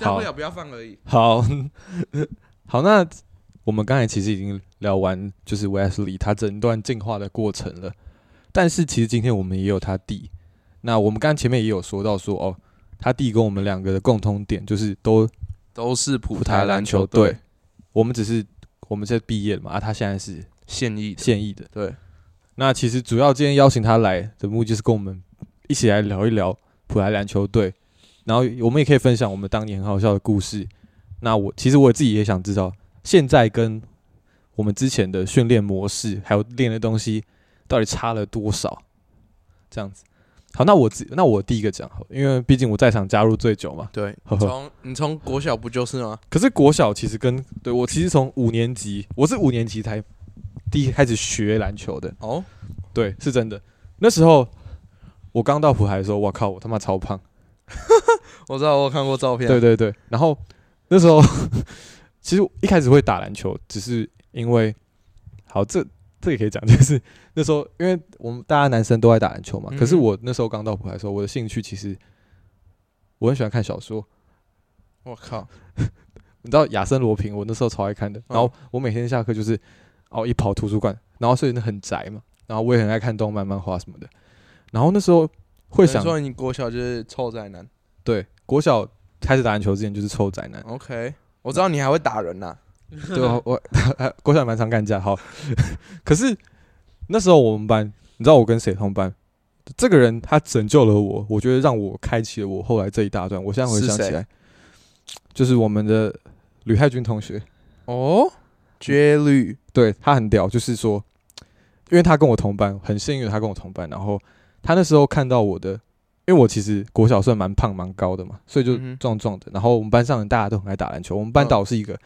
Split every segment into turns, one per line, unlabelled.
但会有不要放而已。
好好，那我们刚才其实已经聊完，就是 Wesley 他整段进化的过程了。但是其实今天我们也有他弟，那我们刚前面也有说到说哦，他弟跟我们两个的共通点就是都
都是
普
普
台
台
篮
篮
球
球
队
队，
我们只是我们现在毕业了嘛，啊，他现在是
现役的，
现役的。
对，
那其实主要今天邀请他来的目的就是跟我们一起来聊一聊普莱篮球队，然后我们也可以分享我们当年很好笑的故事。那我其实我自己也想知道，现在跟我们之前的训练模式还有练的东西到底差了多少？这样子。好，那我自那我第一个讲好了，因为毕竟我在场加入最久嘛。
对，
呵呵
从你从国小不就是吗？
可是国小其实跟对我其实从五年级，我是五年级才第一开始学篮球的。
哦，
对，是真的。那时候我刚到普海的时候，我靠，我他妈超胖。
我知道，我有看过照片。
对，对对，然后那时候其实我一开始会打篮球，只是因为好这这也可以讲， 就是那时候因为我们大家男生都爱打篮球嘛，可是
嗯
我那时候刚到普海的时候，我的兴趣其实我很喜欢看小说。
我靠，
你知道亚森罗平，我那时候超爱看的。然后
嗯
我每天下课就是哦一跑图书馆，然后所以那很宅嘛，然后我也很爱看动漫、漫画什么的。然后那时候会
等
想
于说你国小就是臭宅男。，
对，国小开始打篮球之前就是臭宅男
OK，我知道你还会打人呐、
对啊，我 国小蛮常干架。好， 可是那时候我们班，你知道我跟谁同班？这个人他拯救了我，我觉得让我开启了我后来这一大段。我现在回想
是
起
谁
来，就是我们的吕太君同学，
哦，绝律，
对他很屌，就是说，因为他跟我同班，很幸运他跟我同班，然后他那时候看到我的，因为我其实国小算蛮胖蛮高的嘛，所以就
嗯哼
壮壮的。然后我们班上人大家都很爱打篮球，我们班
嗯
导是一个，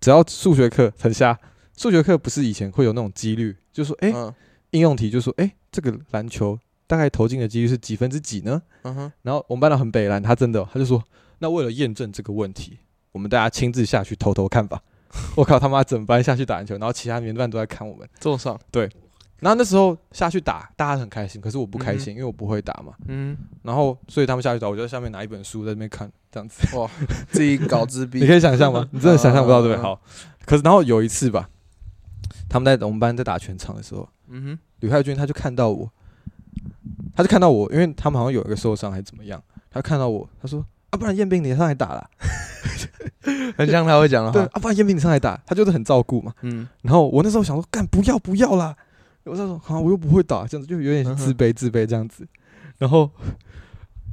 只要数学课很瞎，数学课不是以前会有那种几率，就说哎、诶
嗯
应用题就说哎、诶这个篮球大概投进的几率是几分之几呢？
嗯哼，
然后我们班长很北蓝，他真的他就说，那为了验证这个问题，我们大家亲自下去偷偷看吧。 我靠，他妈整班下去打篮球，然后其他年段都在看我们。
坐上，
然后那时候下去打，大家很开心，可是我不开心，因为我不会打嘛。
嗯，
然后所以他们下去打，我就在下面拿一本书在那边看，这样子。
哇，自己搞自闭
你，可以想象吗？你真的想象不到，对不对？
嗯
好，可是然后有一次吧，他们在我们班在打全场的时候，
嗯
吕太君他就看到我，他就看到我，因为他们好像有一个受伤还是怎么样，他看到我，他说啊，不然彦斌你上来打啦。
哼，很像他会讲的
对
话，
啊，不然烟饼你上来打，他就是很照顾嘛。
嗯，
然后我那时候想说，干不要不要啦，我那时候好像我又不会打，这样子就有点
嗯哼
自卑自卑这样子。然后，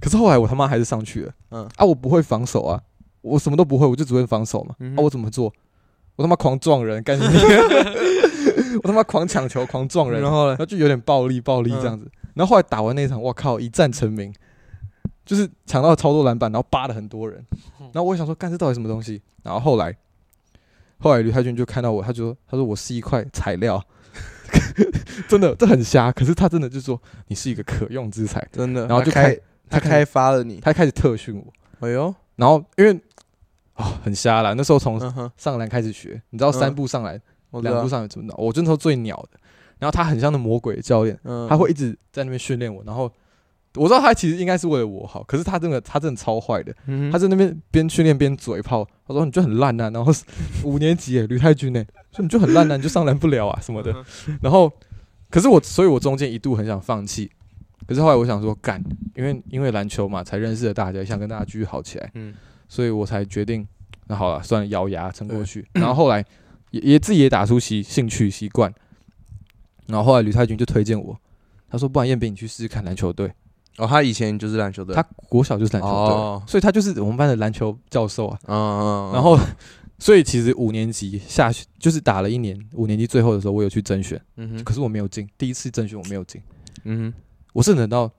可是后来我他妈还是上去了，
嗯
啊，我不会防守啊，我什么都不会，我就只会防守嘛。
嗯
啊，
哼
我怎么做？我他妈狂撞人， 干你！ 我他妈狂抢球，狂撞人，
然
然后
后呢
然，后就有点暴力暴力
嗯
这样子。然后后来打完那一场，我靠，一战成名，就是抢到超多篮板，然后扒了很多人。
嗯
然后我也想说，干这到底什么东西？然后后来，后来吕太君就看到我，他就说，他说我是一块材料， 真的这很瞎。可是他真的就说你是一个可用之才，
真的，
然后就
他开
开，
他
看
开发了你，
他开始特训我。
哎呦，
然后因为啊、很瞎啦，那时候从
嗯哼，
上篮开始学，你知道三
嗯
步上来，
我知
两
道
步，上来怎么打？我那时候最鸟的。然后他很像那魔鬼教练，
嗯，
他会一直在那边训练我，然后我知道他其实应该是为了我好，可是他真的他真的超坏的，
嗯哼，
他在那边边训练边嘴炮，他说你就很烂啊， 然后五年级耶，吕太君呢，说你就很烂啊，你就上篮不了啊什么的，
嗯
然后可是我，所以我中间一度很想放弃，可是后来我想说干，因为因为篮球嘛，才认识了大家，想跟大家继续好起来，
嗯，
所以我才决定，那好了，算了，咬牙撑过去。
嗯
然后后来也也自己也打出习兴趣习惯，然后后来吕太君就推荐我，他说不然彦斌你去试试看篮球队，
哦，他以前就是篮球队，
他国小就是篮球队，
哦
所以他就是我们班的篮球教授啊。
嗯，嗯嗯，
然后， 所以其实五年级下去就是打了一年，五年级最后的时候我有去甄选，
嗯哼，
可是我没有进，第一次甄选我没有进。
嗯
我是等到，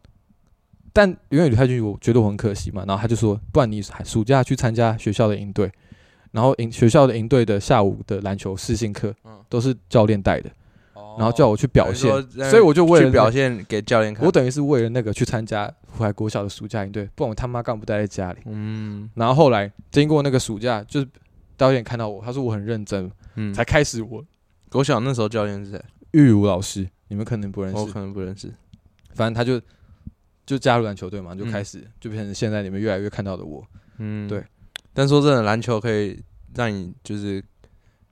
但因为吕太君我觉得我很可惜嘛，然后他就说，不然你暑假去参加学校的营队，然后营学校的营队的下午的篮球试训课
嗯，
都是教练带的，
哼，
然后叫我去表现
哦等于，说
所以我就为了
去表
现，
现给教练看，
我等于是为了那个去参加湖海国小的暑假营队，不然我他妈干嘛不待在家里？
嗯
然后后来经过那个暑假，就是导演看到我，他说我很认真，
嗯，
才开始我
国小那时候教练是谁？
玉如老师，你们可能不认识
我，可能不认识，
反正他就就加入篮球队嘛，就
嗯
开始就变成现在你们越来越看到的我，
嗯，
对
但说真的，篮球可以让你就是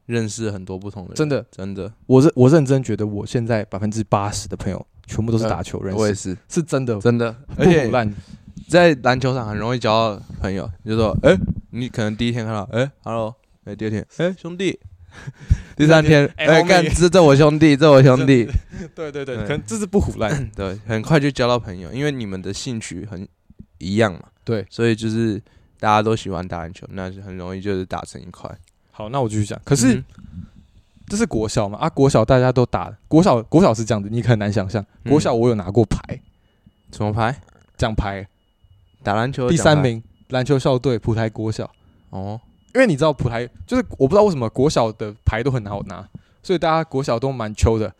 认识很多不同的人，
真的，
真的，
我认我认真觉得我现在百分之八十的朋友全部都是
呃
打球认
我也
识，
是
是真的，
真的，
不
而且
腐烂。
在篮球场很容易交到朋友，就说，哎、你可能第一天看到，哎、h e l l o 哎、第二天，哎、兄 弟，第三天，
哎
哎、
homie
干、这这我兄弟，这我兄弟，
对对对
对
可能这是不腐烂。
对，很快就交到朋友，因为你们的兴趣很一样嘛，
对，
所以就是大家都喜欢打篮球，那就很容易就是打成一块。嗯
好，那我继续讲。可
可
是这是国小嘛？啊，国小大家都打，国小国小是这样子，你很难想象。
嗯
国小我有拿过牌，
什么牌？
奖牌
打篮球的
第
奖牌
三，名，篮球校队普台国小。
哦，
因为你知道普台就是我不知道为什么国小的牌都很好拿，所以大家国小都蛮秋的。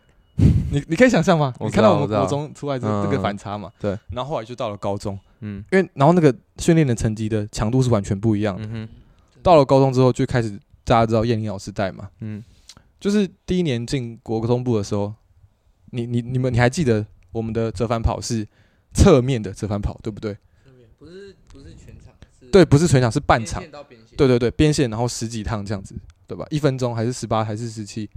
你你可以想象吗？
我
你
知道
看到我
我
们
知道
国中出来这、
嗯
这个反差嘛？
对。
然后后来就到了高中，
嗯
因为然后那个训练的成绩的强度是完全不一样的。
嗯哼
到了高中之后就开始大家知道燕玲老师带嘛，
嗯，
就是第一年进国中部的时候，你你你们你还记得我们的折返跑是侧面的折返跑对不对？
不是不是全场，是
对，不是全场是半场
边。线到边线，
对对对，边线，然后十几趟这样子，对吧？一分钟还是十八还是十七、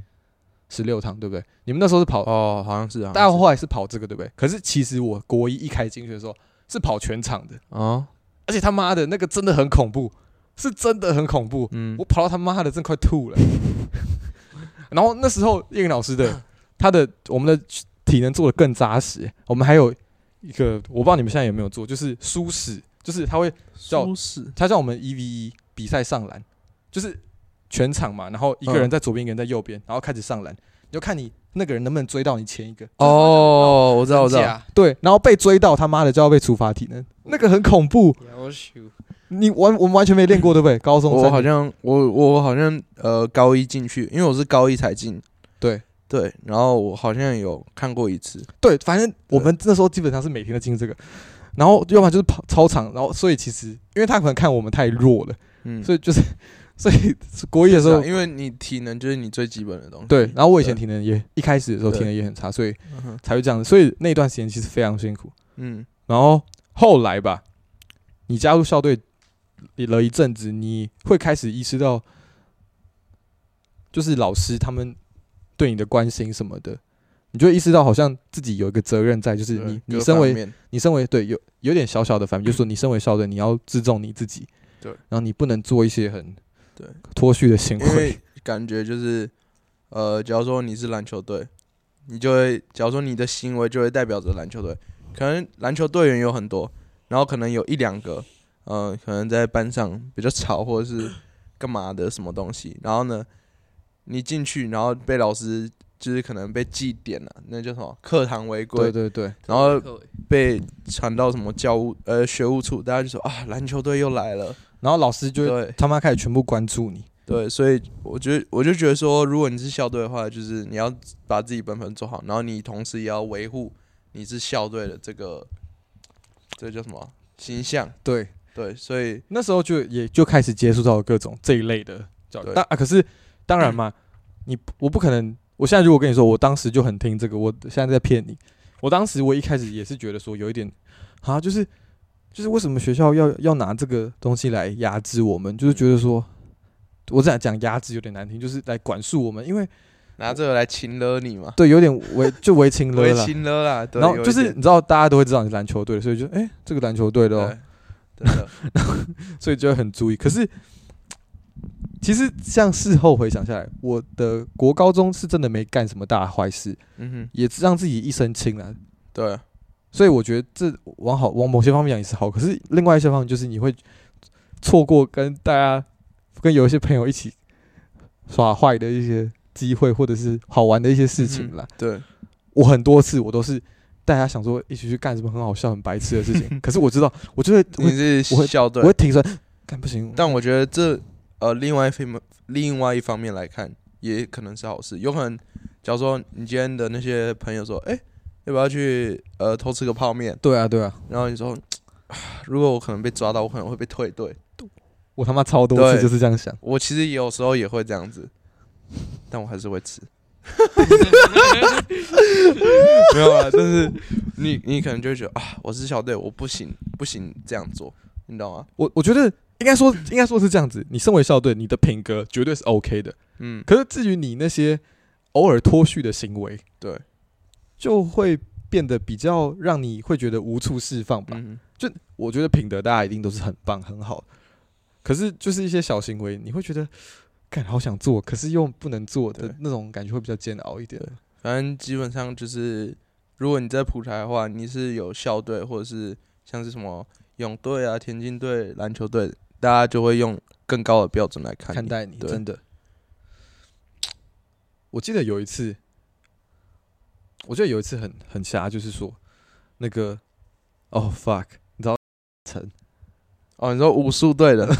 十六趟，对不对？你们那时候是跑，
哦，好像是啊，好像
大家
是
后来是跑这个，对不对？可是其实我国一一开进去的时候是跑全场的，
哦，
而且他妈的那个真的很恐怖，是真的很恐怖，
嗯
我，跑到他妈的真快吐 了。然后那时候叶云老师的他的我们的体能做的更扎实，我们还有一个我不知道你们现在有没有做，就是舒适，就是他会叫
舒适，
他叫我们一 E v 一比赛上篮，就是全场嘛，然后一
嗯
个人在左边，一个人在右边，然后开始上篮，你就看你那个人能不能追到你前一个。
哦，我知道，我知道，
假，
对，然后被追到，他妈的就要被处罚体能，那个很恐怖。
要求
你完我们完全没练过，对不对？高中
我
三
好
年
像我我好像呃高一进去，因为我是高一才进，
对
对，然后我好像有看过一次，
对，反正我们那时候基本上是每天都经历这个，然后要么就是跑操场，然后所以其实因为他可能看我们太弱了，
嗯，
所以就是 所以国一的时
是啊
候
因为你体能就是你最基本的东西，
对，然后我以前
对
体能也一开始的时候
对
体能也很差，所以
嗯哼
才会这样子，所以那段时间其实非常辛苦。
嗯，
然后后来吧，你加入校队了一阵子，你会开始意识到，就是老师他们对你的关心什么的，你就会意识到好像自己有一个责任在，就是你
嗯各
你身
方
为
面
你身为对有有点小小的反面，就是说你身为校队，你要自重你自己，
对，
然后你不能做一些很
对
脱序的行
因
为
为， 感觉就是，呃，假如说你是篮球队，你就会，假如说你的行为就会代表着篮球队。可能篮球队员有很多，然后可能有一两个，呃，可能在班上比较吵或者是干嘛的什么东西，然后呢，你进去，然后被老师就是可能被记点了、那叫什么课堂违规
对，对对，
然后
各位
被传到什么教务呃学务处，大家就说啊，篮球队又来了。
然后老师就会
对
他妈开始全部关注你，
对，所以我觉得我就觉得说，如果你是校队的话，就是你要把自己本分做好，然后你同时也要维护你是校队的这个这个叫什么形象。
对，
对，所以
那时候就也就开始接触到各种这一类的教育
对。嗯
但、啊、可是当然嘛，你我不可能，我现在如果跟你说我当时就很听这个，我现在在骗你。我当时我一开始也是觉得说有一点啊，就是就是为什么学校要要拿这个东西来压制我们？
嗯
就是觉得说，我这样讲压制有点难听，就是来管束我们，因为
拿这个来亲了你嘛，
对有点为就为情了
为
啦。
亲了啦。对
然后
有一
就是
点
你知道大家都会知道你是篮球队的，所以就哎、这个篮球队的
对
哦，
真的
所以就会很注意。可是，其实像事后回想下来，我的国高中是真的没干什么大坏事，
嗯哼，
也让自己一身轻了。
对，啊
所以我觉得这往好往某些方面讲也是好，可是另外一些方面就是你会错过跟大家跟有一些朋友一起耍坏的一些机会，或者是好玩的一些事情啦。
对，
我很多次我都是大家想说一起去干什么很好笑、很白痴的事情，可是我知道，我就会我
你
会
是
我会
校队
我，会停身，干不行，
但我觉得这呃，另外一方面，另外一方面来看，也可能是好事。有可能，假如说你今天的那些朋友说，哎、要不要去呃偷吃个泡面？
对啊对啊，
然后你说，啊如果我可能被抓到，我可能会被退队。
我他妈超多次
对
就是这样想。
我其实有时候也会这样子，但我还是会吃。 没有啊，但是你你可能就会觉得啊，我是小队，我不行不行这样做，你知道吗？
我我觉得应该说应该说是这样子，你身为校队，你的品格绝对是 OK 的。
嗯，
可是至于你那些偶尔脱序的行为，
对，
就会变得比较让你会觉得无处释放吧。
嗯
就我觉得品德大家一定都是很棒很好，可是就是一些小行为，你会觉得，干好想做，可是又不能做的
对
那种感觉会比较煎熬一点。
反正基本上就是，如果你在普台的话，你是有校队或者是像是什么泳队啊、田径队、篮球队，大家就会用更高的标准来看
看
你。
待你，
对
真的。我记得有一次，我记得有一次很很瞎，就是说那个，哦 fuck，你知道陈
哦，你说武术队的，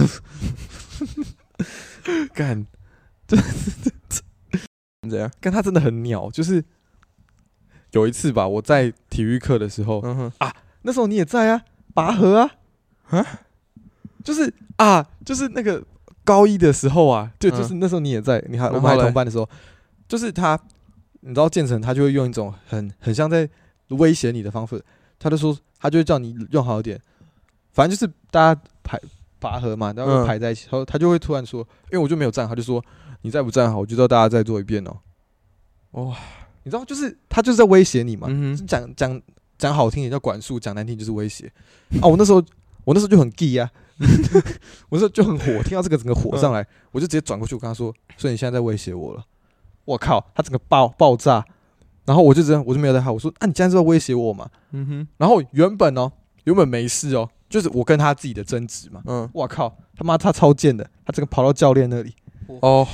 干
怎样？
干他真的很鸟，就是有一次吧，我在体育课的时候，
嗯哼，
那时候你也在啊，拔河啊，啊，就是啊，就是那个高一的时候啊，对，
嗯
就是那时候你也在，你还
然
我
后
们还
嘞
同班的时候，就是他，你知道建成他就会用一种很很像在威胁你的方式，他就说他就会叫你用好一点，反正就是大家排拔河嘛，然后
嗯
排在一起，然后他就会突然说，因为我就没有站，他就说你再不站好，我就知道大家再做一遍哦，
哇，
你知道，就是他就是在威胁你嘛，
嗯
是
哼，
讲讲讲好听也叫管束，讲难听就是威胁。啊，我那时候我那时候就很 gay 啊，
嗯
我那时候就很火，听到这个整个火上来，我就直接转过去，我跟他说：“所以你现在在威胁我了？”我靠，他整个爆爆炸，然后我就这样，我就没有在他，我说：“啊，你现在是在威胁我嘛
嗯哼，？”
然后原本哦，原本没事哦，就是我跟他自己的争执嘛。
嗯，
我靠，他妈他超贱的，他整个跑到教练那里，
哦，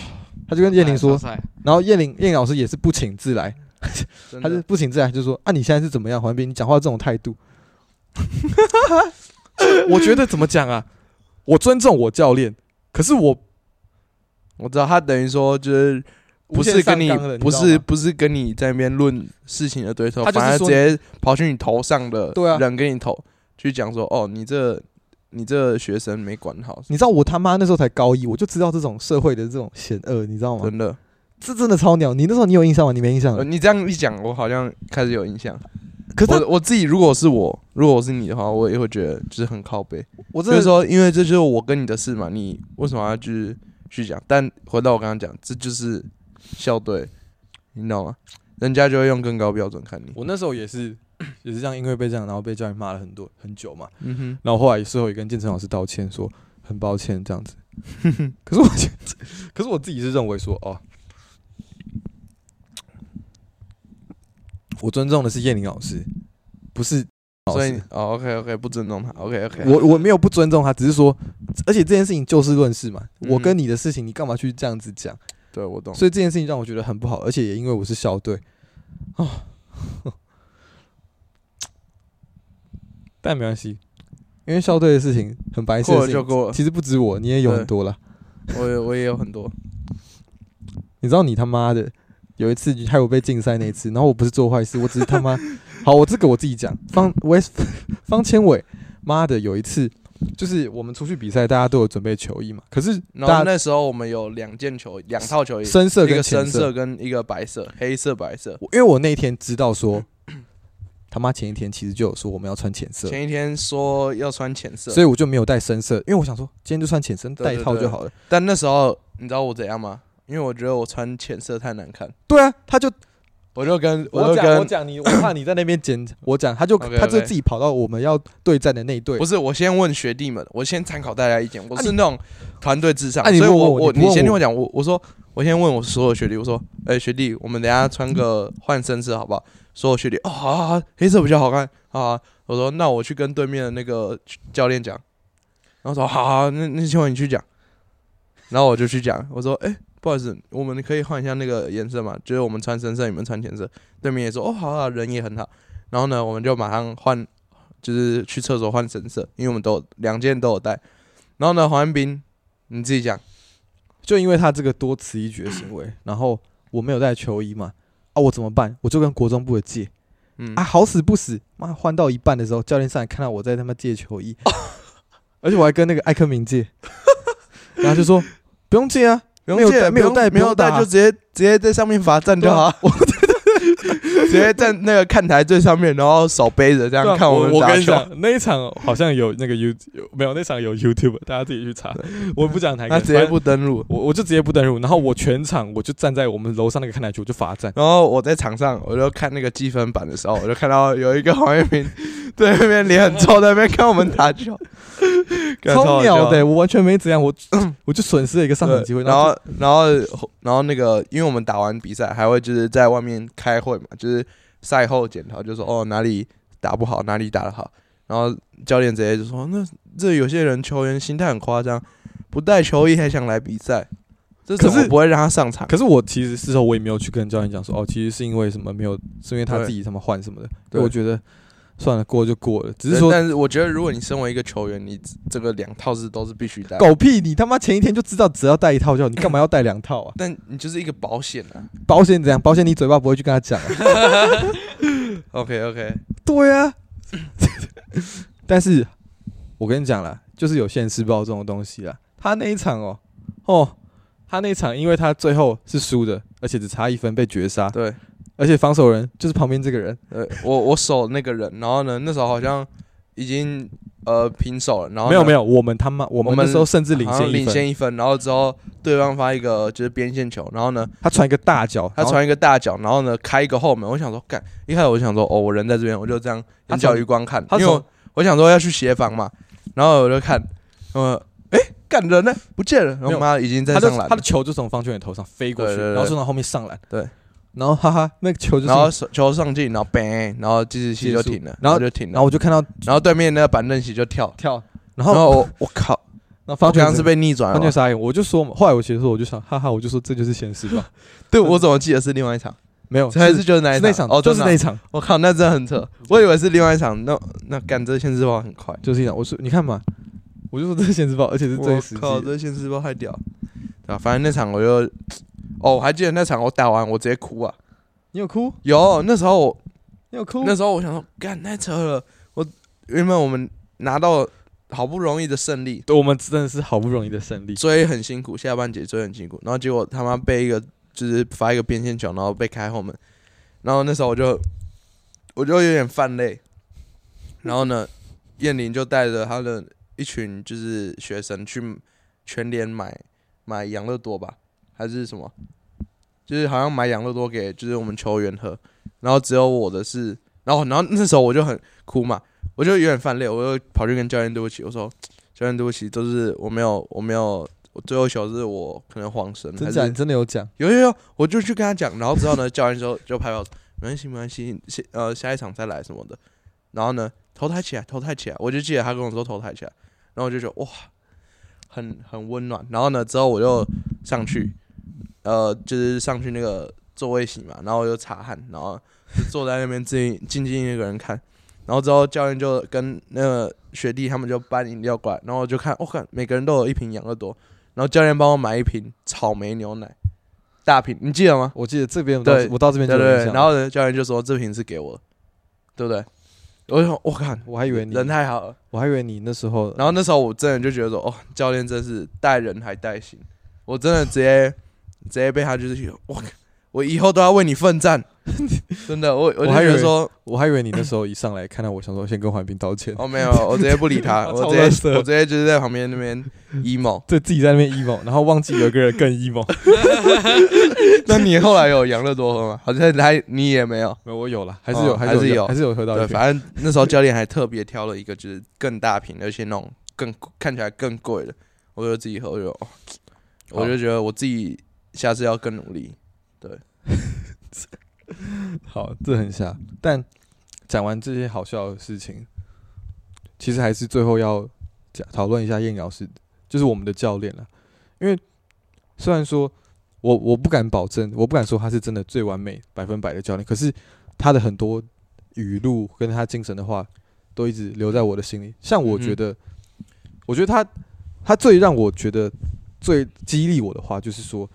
他就跟燕玲说，
超帅
然后燕玲燕玲老师也是不请自来，他
他
是
是
不请自来，就说啊，你现在是怎么样，环斌？你讲话这种态度， 我觉得怎么讲啊？我尊重我教练，可是我
我知道，他等于说就是不
无限
是跟
上纲了
不
知道
是
吗
不是跟你在那边论事情的对错，
他就是
反而直
说
接跑去你头上的
对啊
人跟你投去讲说，哦，你这你这学生没管好，
你知道我他妈那时候才高一，我就知道这种社会的这种险恶，你知道吗？
真的，
这真的超鸟！你那时候你有印象吗？你没印象
呃，
了？
你这样一讲，我好像开始有印象。
哦可是他
我我自己如果是我，如果我是你的话，我也会觉得就是很靠背，
我真
就是
的
说，因为这就是我跟你的事嘛，你为什么要去去讲？但回到我刚刚讲，这就是校队，你懂吗？人家就会用更高标准看你。
我那时候也是也是这样，因为被这样，然后被教练骂了很多很久嘛。
嗯哼，
然后后来事后也跟建成老师道歉说很抱歉这 样子。可是我觉得，可是我自己是认为说哦，我尊重的是叶玲老师，不是老
所
师
以哦，OK OK，不尊重他，OK OK，
我我没有不尊重他，只是说，而且这件事情就事论事嘛。
嗯
我跟你的事情，你干嘛去这样子讲？
对我懂。
所以这件事情让我觉得很不好，而且也因为我是校队啊， 但没关系，因为校队的事情很白痴
过
的
了
事
就
情，
过了，
其实不止我，你也有很多啦。
我也我也有很多，
你知道你他妈的有一次害我被禁赛那一次，然后我不是做坏事，我只是他 妈好，我这个我自己讲。方我也是方千伟，妈的有一次就是我们出去比赛，大家都有准备球衣嘛，可是
然后
大家
那时候我们有两件球衣，两套球衣，
深色
一
跟
个
浅
深色跟一个白色，黑色白色。
我因为我那一天知 道说他妈前一天其实就有说我们要穿浅色，
前一天说要穿浅色，
所以我就没有带深色，因为我想说今天就穿浅色
对
带一套就好了。
但那时候你知道我怎样吗？因为我觉得我穿浅色太难看，
对啊，他就
我就跟
我
就
讲我
跟
讲你，我怕你在那边剪，我讲他就
OK，OK
他就自己跑到我们要对战的那一队
不，是我先问学弟们，我先参考大家意见，我
啊
是那种团队至上，
啊
所
你
以
问
我
我你不
你
问
先听
我
我讲，我我说我先问我所有学弟，我说，哎学弟，我们等一下穿个
嗯
换身色好不好？所有学弟，哦好好好，黑色比较好看好啊，我说那我去跟对面的那个教练讲，然后说好好，好那那千万你去讲，然后我就去讲，我说哎。不好意思，我们可以换一下那个颜色嘛？就是我们穿深色，你们穿浅色。对面也说哦，好啊，人也很好。然后呢，我们就马上换，就是去厕所换深色，因为我们都有两件都有带。然后呢，黄安斌，你自己讲，
就因为他这个多此一举的行为，然后我没有带球衣嘛，啊我怎么办？我就跟国中部的借
嗯，
啊，好死不死，妈换到一半的时候，教练上来看到我在他妈借球衣，而且我还跟那个艾克 明借，然后他就说不用借啊，
不用
没有
借
带
不用
没有带
没有
不用打啊
带就直接直接在上面罚站就好。
我
直接在那个看台最上面，然后手背着这
对
样
啊
看
我
们
我
打
跟你
球。
讲，那一场好像有那个 You 有没有那场有 YouTube，大家自己去查。我不讲 台
他
梗，
直接
反正
不登录，
我我就直接不登入，然后我全场我就站在我们楼上那个看台区，我就 罚站。
然后我在场上，我就看那个积分板的时候，我就看到有一个黄彦明对那边脸很臭，在那边看我们打 球，哦感觉
超
好
鸟
笑
的、欸我完全没怎 样，我我就损失了一个上场机会。
对然后，然后，然后那个，因为我们打完比赛还会就是在外面开会嘛，就是赛后检讨，就说哦哪里打不好，哪里打得好。然后教练直接就说：“哦那这有些人球员心态很夸张，不带球衣还想来比赛，这
可
怎
是
么不会让他上场
可是我其实事后我也没有去跟教练讲说，哦，其实是因为什么没有，是因为他
对
自己他妈换什么的。
对
我觉得算了，过就过了。？”只是
对
说
但是我觉得如果你身为一个球员，你这个两套是都是必须带。
狗屁，你他妈前一天就知道只要带一套就好，你干嘛要带两套啊？
但你就是一个保险啊。
保险怎样？保险你嘴巴不会去跟他讲、啊。
OK OK，
对啊， 但是我跟你讲啦，就是有现世报这种东西啦。他那一场哦，哦，他那一场，因为他最后是输的，而且只差一分被绝杀，
对，
而且防守人就是旁边这个人，
呃，我我守那个人，然后呢，那时候好像已经呃平手了，然后
没有没
有，
有，我们他妈我们
我们
那时候甚至领
好
先
像
一
领
分，
先一分，然后之后对方发一个就是边线球，然后呢，
他传一个大脚，
他
然后
传一个大脚，然后呢开一个后门，我想说干，一开始我想说哦我人在这边，我就这样
他
眼角
从
余光看，
他
因为
从
我我想说要去协防嘛，然后我就看，呃，哎干人呢不见了，然
没
后
有
妈已经在
他就
上篮
他
了
的，球就从方圈远头上飞过去，
对对对
然后就从后面上篮，
对，
然后哈哈，那个球就是，
然后手球上进，然后 bang，然后计时器
结
就
束
停了，
然后
就停
然
了，
后我就看到
然后对面那个板凳席就跳。
跳，然
然
后
后我我靠，
然后
我
方
刚
圈
刚是被逆转了
方
吧
圈。傻眼，我就说嘛，后来我其实说我就想哈哈，我就说这就是现世 报，
对，我怎么记得是另外一场？
没有，
还是就是那一
是
场？
那场
哦，
就是
真的
那
啊
一场，
我靠，那真的很扯。我以为是另外一场，那那干这现世报很快。
就是一场。我说你看嘛，我就说这是现世报，而且是最
我
实际
靠，
的。
这现世报太屌。对啊，反正那场我就，哦，我还记得那场我打完我直接哭啊。
你有哭？
有那时候我
你有哭？
那时候我想说，干太扯了。我原本我们拿到好不容易的胜利，
对我们真的是好不容易的胜利，
追很辛苦，下半节追很辛苦，然后结果他妈被一个就是发一个边线球，然后被开后门，然后那时候我就我就有点泛泪，然后呢，燕玲就带着她的一群就是学生去全联买买养乐多吧，还是什么，就是好像买养乐多给就是我们球员喝，然后只有我的是，然后然后那时候我就很哭嘛，我就有点泛泪，我就跑去跟教练对不起，我说教练对不起，就是我没有我没有，我最后一球是我可能晃神，
嗯真
还
假？
是
你真的有讲？
有有有，我就去跟他讲，然后之后呢，教练就就拍我，没关系没关系，下呃下一场再来什么的。然后呢，头抬起来，头抬起来，我就记得他跟我说头抬起来，然后我就觉得哇，很很温暖。然后呢，之后我就上去，呃，就是上去那个座位席嘛，然后我就擦汗，然后就坐在那边自己静静一个人看。然后之后教练就跟那个学弟他们就搬饮料过来，然后我就看，我、哦看每个人都有一瓶养乐多，然后教练帮我买一瓶草莓牛奶，大瓶，你记得吗？
我记得这边我
对
到我到这边就
对
有
对
印
对，
象，
然后呢，教练就说这瓶是给我的，对不对？我就说，我看
我还以为你
人太好了。
我还以为你那时候，
然后那时候我真的就觉得说，哦，教练真是带人还带心，我真的直接直接被他就是觉得，我靠我以后都要为你奋战， 真的，我我
我
就
还
觉
以
得
为
说，
我还以为你那时候一上来看到我，想说先跟环平道歉，
哦没有，我直接不理他，
超
我
垃
直接
圾
我直接就是在旁边那边 emo。
对自己在那边 emo，然后忘记有一个人更 emo。
那你后来有养乐多喝吗？好像他你也没有。
没有，我有了，还是
哦
有，
还是
是
有
还是有喝到
对，
一瓶。
反正那时候教练还特别挑了一个就是更大瓶，而且那种更看起来更贵的，我就自己喝，我就、哦我就觉得我自己下次要更努力。
好，这很瞎。但讲完这些好笑的事情，其实还是最后要讲讨论一下燕瑶是，就是我们的教练了。因为虽然说我我不敢保证，我不敢说他是真的最完美百分百的教练，可是他的很多语录跟他精神的话，都一直留在我的心里。像我
嗯哼
觉得，我觉得他他最让我觉得最激励我的话，就是说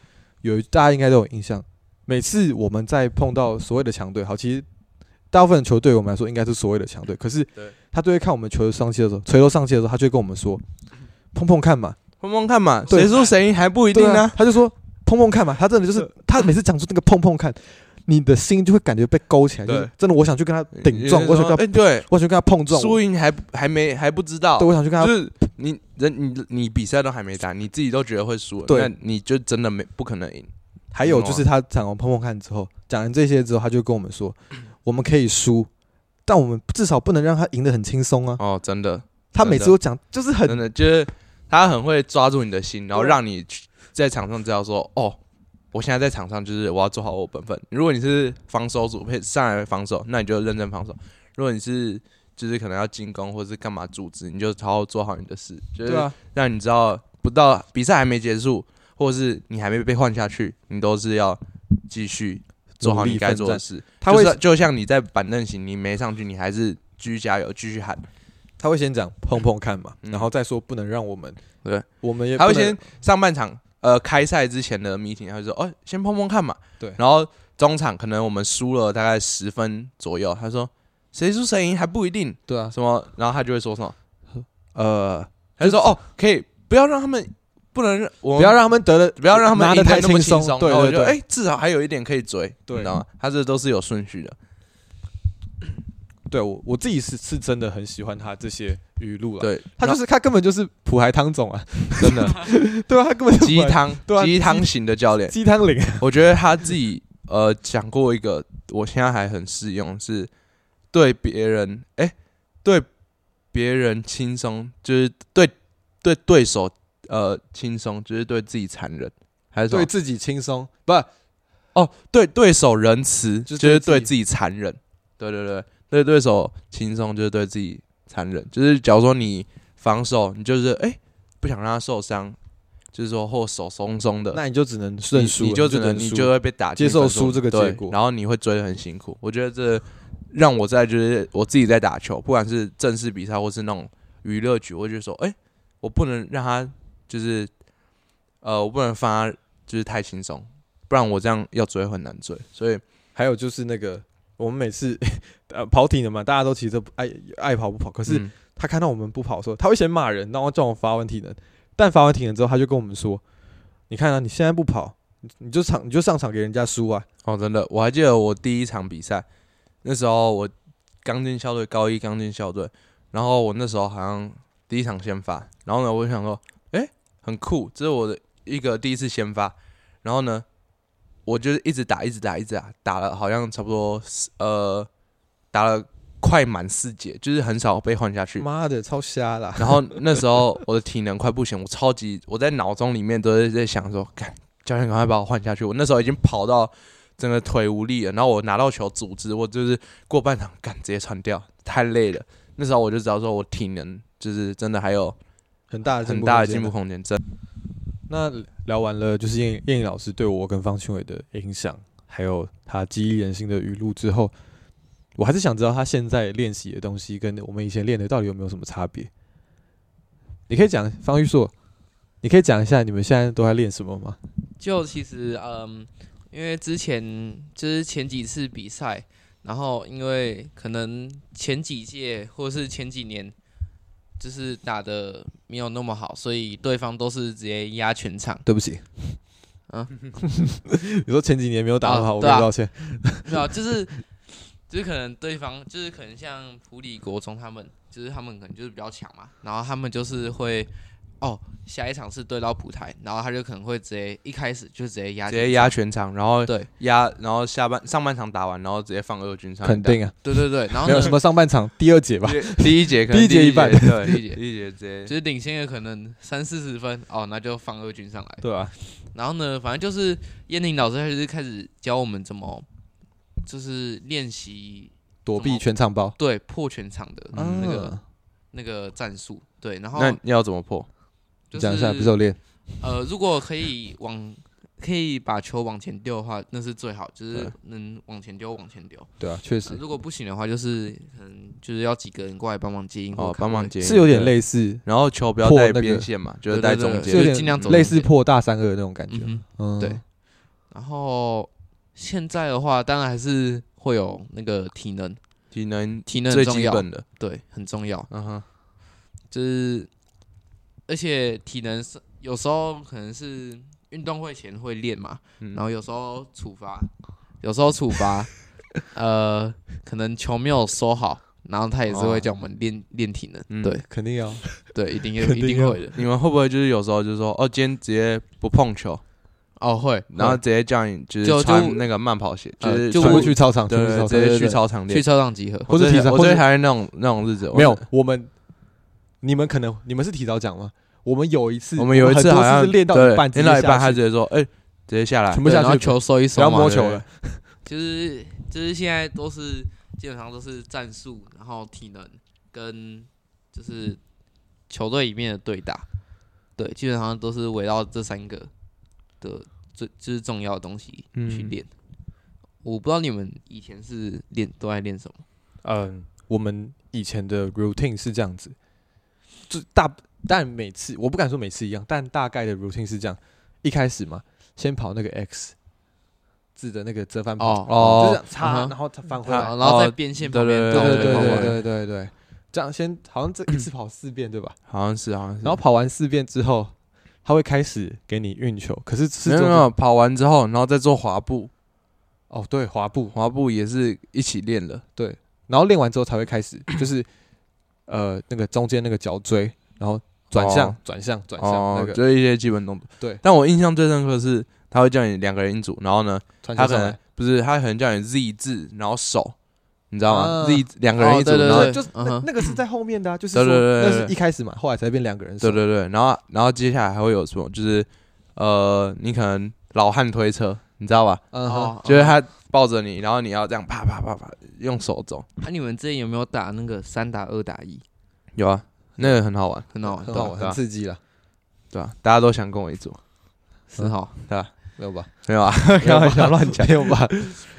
有一大家应该都有印象，每次我们在碰到所谓的强队，好，其实大部分的球队我们来说应该是所谓的强队，可是
对
他都会看我们球头上气的时候，垂头丧气的时候，他就会跟我们说碰碰看嘛，
碰碰看嘛，
对
嗯谁输谁赢还不一
对啊
定呢、啊
啊，他就说碰碰看嘛，他真的就是他每次讲出那个碰碰看，你的心就会感觉被勾起来，
对
就是真的我想去跟他啊顶撞，
有
我
些时
想
候
跟他，
哎对，
我想啊跟他碰撞，
输
对，
赢还还没还不知道，
我想去跟
就
他，
是你人你你比赛都还没打，你自己都觉得会输，
对
那你就真的没不可能赢。
还有就是他讲完碰碰看之后，讲完这些之后，他就跟我们说，
嗯
我们可以输，但我们至少不能让他赢得很轻松啊。
哦，真的
他每次都讲，就是很
真的就是他很会抓住你的心，然后
对
让你去在场上知道说，哦，我现在在场上就是我要做好我本分。如果你是防守组配上来防守，那你就认真防守；如果你是就是可能要进攻或是干嘛组织，你就好好做好你的事，就是
对啊，
让你知道不到比赛还没结束，或是你还没被换下去，你都是要继续做好
努力
你该
奋
做的
战
事。
他
就
会
是就像你在板凳席，你没上去，你还是继续加油，继续喊。
他会先讲碰碰看嘛，
嗯
然后再说不能让我们，
对，
我们也
他会
不能
先上半场呃开赛之前的 meeting，他会说哦先碰碰看嘛，
对
然后中场可能我们输了大概十分左右，他说谁输谁赢还不一定
对啊，
什么，然后他就会说什么，
呃，
他就说哦可以不要让他们不能让我们
不要让他们得了，
不要让他们
拿
赢
得
得
太
那么
轻
轻
松
松，
对
然后我
对
就
对，
哎至少还有一点可以追，你
对
知道吗？他这都是有顺序的，
对我我自己是是真的很喜欢他这些语录了。
对，
他就是他根本就是普海汤 总啊，
然后真的
对啊，他根本就是
鸡
普海
汤
对啊
鸡汤型的教练，
鸡汤灵，
我觉得他自己呃讲过一个，我现在还很适用，是对别人哎、对别人轻松，就是对对对手呃轻松，就是对自己残忍，还是什么
对自己轻松，呃不
哦对对手仁慈，就
就是是
对
对
自己残忍，对对对，对对手轻松就是对自己残忍，就是假如说你防守，你就是哎、不想让他受伤，就是说或手松松的，
那你就只能
你
认输了，
你就只能
输
你就会被打进
接受
分数
输这个
对
结果
然后你会追得很辛苦。我觉得这让我在就是我自己在打球，不管是正式比赛或是那种娱乐局，我就说，哎、我不能让他就是呃，我不能放他就是太轻松，不然我这样要追很难追。所以
还有就是那个我们每次呃跑体能嘛，大家都其实不爱爱跑不跑，可是
嗯
他看到我们不跑的时候，他会先骂人，然后叫我罚完体能，但罚完体能之后，他就跟我们说：“你看啊，你现在不跑，你你就场你就上场给人家输啊。
哦，真的，我还记得我第一场比赛，那时候我刚进校队，高一刚进校队，然后我那时候好像第一场先发，然后呢，我就想说，诶，很酷，这是我的一个第一次先发，然后呢，我就是一直打，一直打，一直打，打了好像差不多四呃，打了快满四节，就是很少被换下”去。
妈的，超瞎啦！
然后那时候我的体能快不行，我超级我在脑中里面都是在想说，干教练赶快把我换下去。我那时候已经跑到整个腿无力了，然后我拿到球组织，我就是过半场干直接传掉，太累了。那时候我就知道说我体能就是真的还有
很大的进
很
步，
大的进步。空间，真
那聊完了就是燕燕颖老师对我跟方清伟的影响，还有他激励人心的语录之后，我还是想知道他现在练习的东西跟我们以前练的到底有没有什么差别？你可以讲方玉硕，你可以讲一下你们现在都在练什么吗？。
就其实嗯，因为之前就是前几次比赛，然后因为可能前几届或是前几年就是打的没有那么好，所以对方都是直接压全场
对不起，
啊，
你说前几年没有打得好，
啊
我
对
跟
啊
你道歉。
没有，啊就是就是可能对方就是可能像普里国中他们，就是他们可能就是比较强嘛，然后他们就是会哦，下一场是对到普台，然后他就可能会直接一开始就直接压
直
全场，
接压全场，然后
对
压，然后下半上半场打完，然后直接放二军上来
肯定啊，
对对对，然后
没有
呢
什么上半场第二节吧？
打。第一节可能
第一节一半
对，
第
第
一节
一节直
就
接
是领先的可能三四十分哦，那就放二军上来。
对啊，
然后呢，反正就是燕宁老师他就是开始教我们怎么就是练习
躲
怎
避
么
全场包。
对破全场的那个、
啊
那个战术。对，然后
那要怎么破？
就是
讲一下，不是有练？
呃，如果可以往可以把球往前丢的话，那是最好，就是
对
能往前丢往前丢。
对啊，确
呃
实
如果不行的话，就是可能就是要几个人过来帮忙接应或
哦，
看
帮忙
位
接应
是有点
对
类似，
然后球不要
破
带
那个
边线嘛，就是
对
带
对
中
对
间，
是有
尽量
点
走
类
中
似
间
破大三二那种感觉
嗯。哼。
嗯，
对然后现在的话，当然还是会有那个体能，
体能
体能
最
很重
基
要，
本的，
对，很重要。
嗯哼，
就是而且体能是有时候可能是运动会前会练嘛，
嗯
然后有时候处罚，有时候处罚，呃，可能球没有收好，然后他也是
哦
会叫我们练练体能。
嗯
对
肯定要。
对，一定
肯
一
定啊
定
要
会的。
你们会不会就是有时候就是说，哦，今天直接不碰球，
哦，会。
然后
会
直接叫你就
就是就
穿那个慢跑鞋，
呃
是
就
穿
出去操场，出
对
去
对，
操
直
场，
接去操场
去
练。
操场集合。
或者
我最
体操
我
或者
最讨厌那种那种日子。我
没有，我们你们可能你们是提早讲吗？我们有一次，
我们有一
很
次
多
好像
是练到
对
一半，
练到一半，他
还
直接说：“哎，直接下来
全，部
对
下
然后
去，
球收一
不
收
要
嘛
摸
对
球
对
了。
就是就是现在都是基本上都是战术，然后体能跟就是球队里面的对打，对，基本上都是围绕这三个的最就是重要的东西去
嗯
练。我不知道你们以前是练都在练什么，
嗯，我们以前的 routine 是这样子，就大但每次我不敢说每次一样，但大概的 routine 是这样：一开始嘛，先跑那个 X 字的那个折返跑，
哦
哦
就是这样
嗯
擦，
哼
然后它翻回
然
来
后，
哦
然后在边线旁
对
对
边动
对
来
对
动
对
对
去。
对对对，这样先好像这一次跑四遍对吧？
好像是好像是。”
然后跑完四遍之后，他会开始给你运球，可是是
没有
中
没有跑完之后，然后再做滑步，
哦对滑步，
滑步也是一起练的。
然后练完之后才会开始，
嗯
就是呃那个中间那个脚椎，然后转向
哦
转向转向那
哦，
个
就是一些基本动作。
对
但我印象最深刻的是，他会叫你两个人一组，然后呢，
传球
他可
上
能
来，
不是，他可能叫你 Z 字，然后手，你知道吗
啊
？Z 两个人一
哦
组，
对对
然后
对
就是那
嗯哼
那个是在后面的啊，就是
对
说
对对对
那
对
是一开始嘛，后来才变两个人手
对对对，然后然后接下来还会有什么？就是呃，你可能老汉推车，你知道吧？
嗯哼
哦，
就是他抱着你，然后你要这样啪啪啪啪用手走，
那、啊你们之前有没有打那个三打二打一？
有啊，那个很好玩，
很好玩，
很
对
好
吧
玩，
对啊
很刺激了，
对吧、大家都想跟我一组，
很好。
没有吧？
没有啊？
没
开
有吧
玩笑乱讲
没。有吧？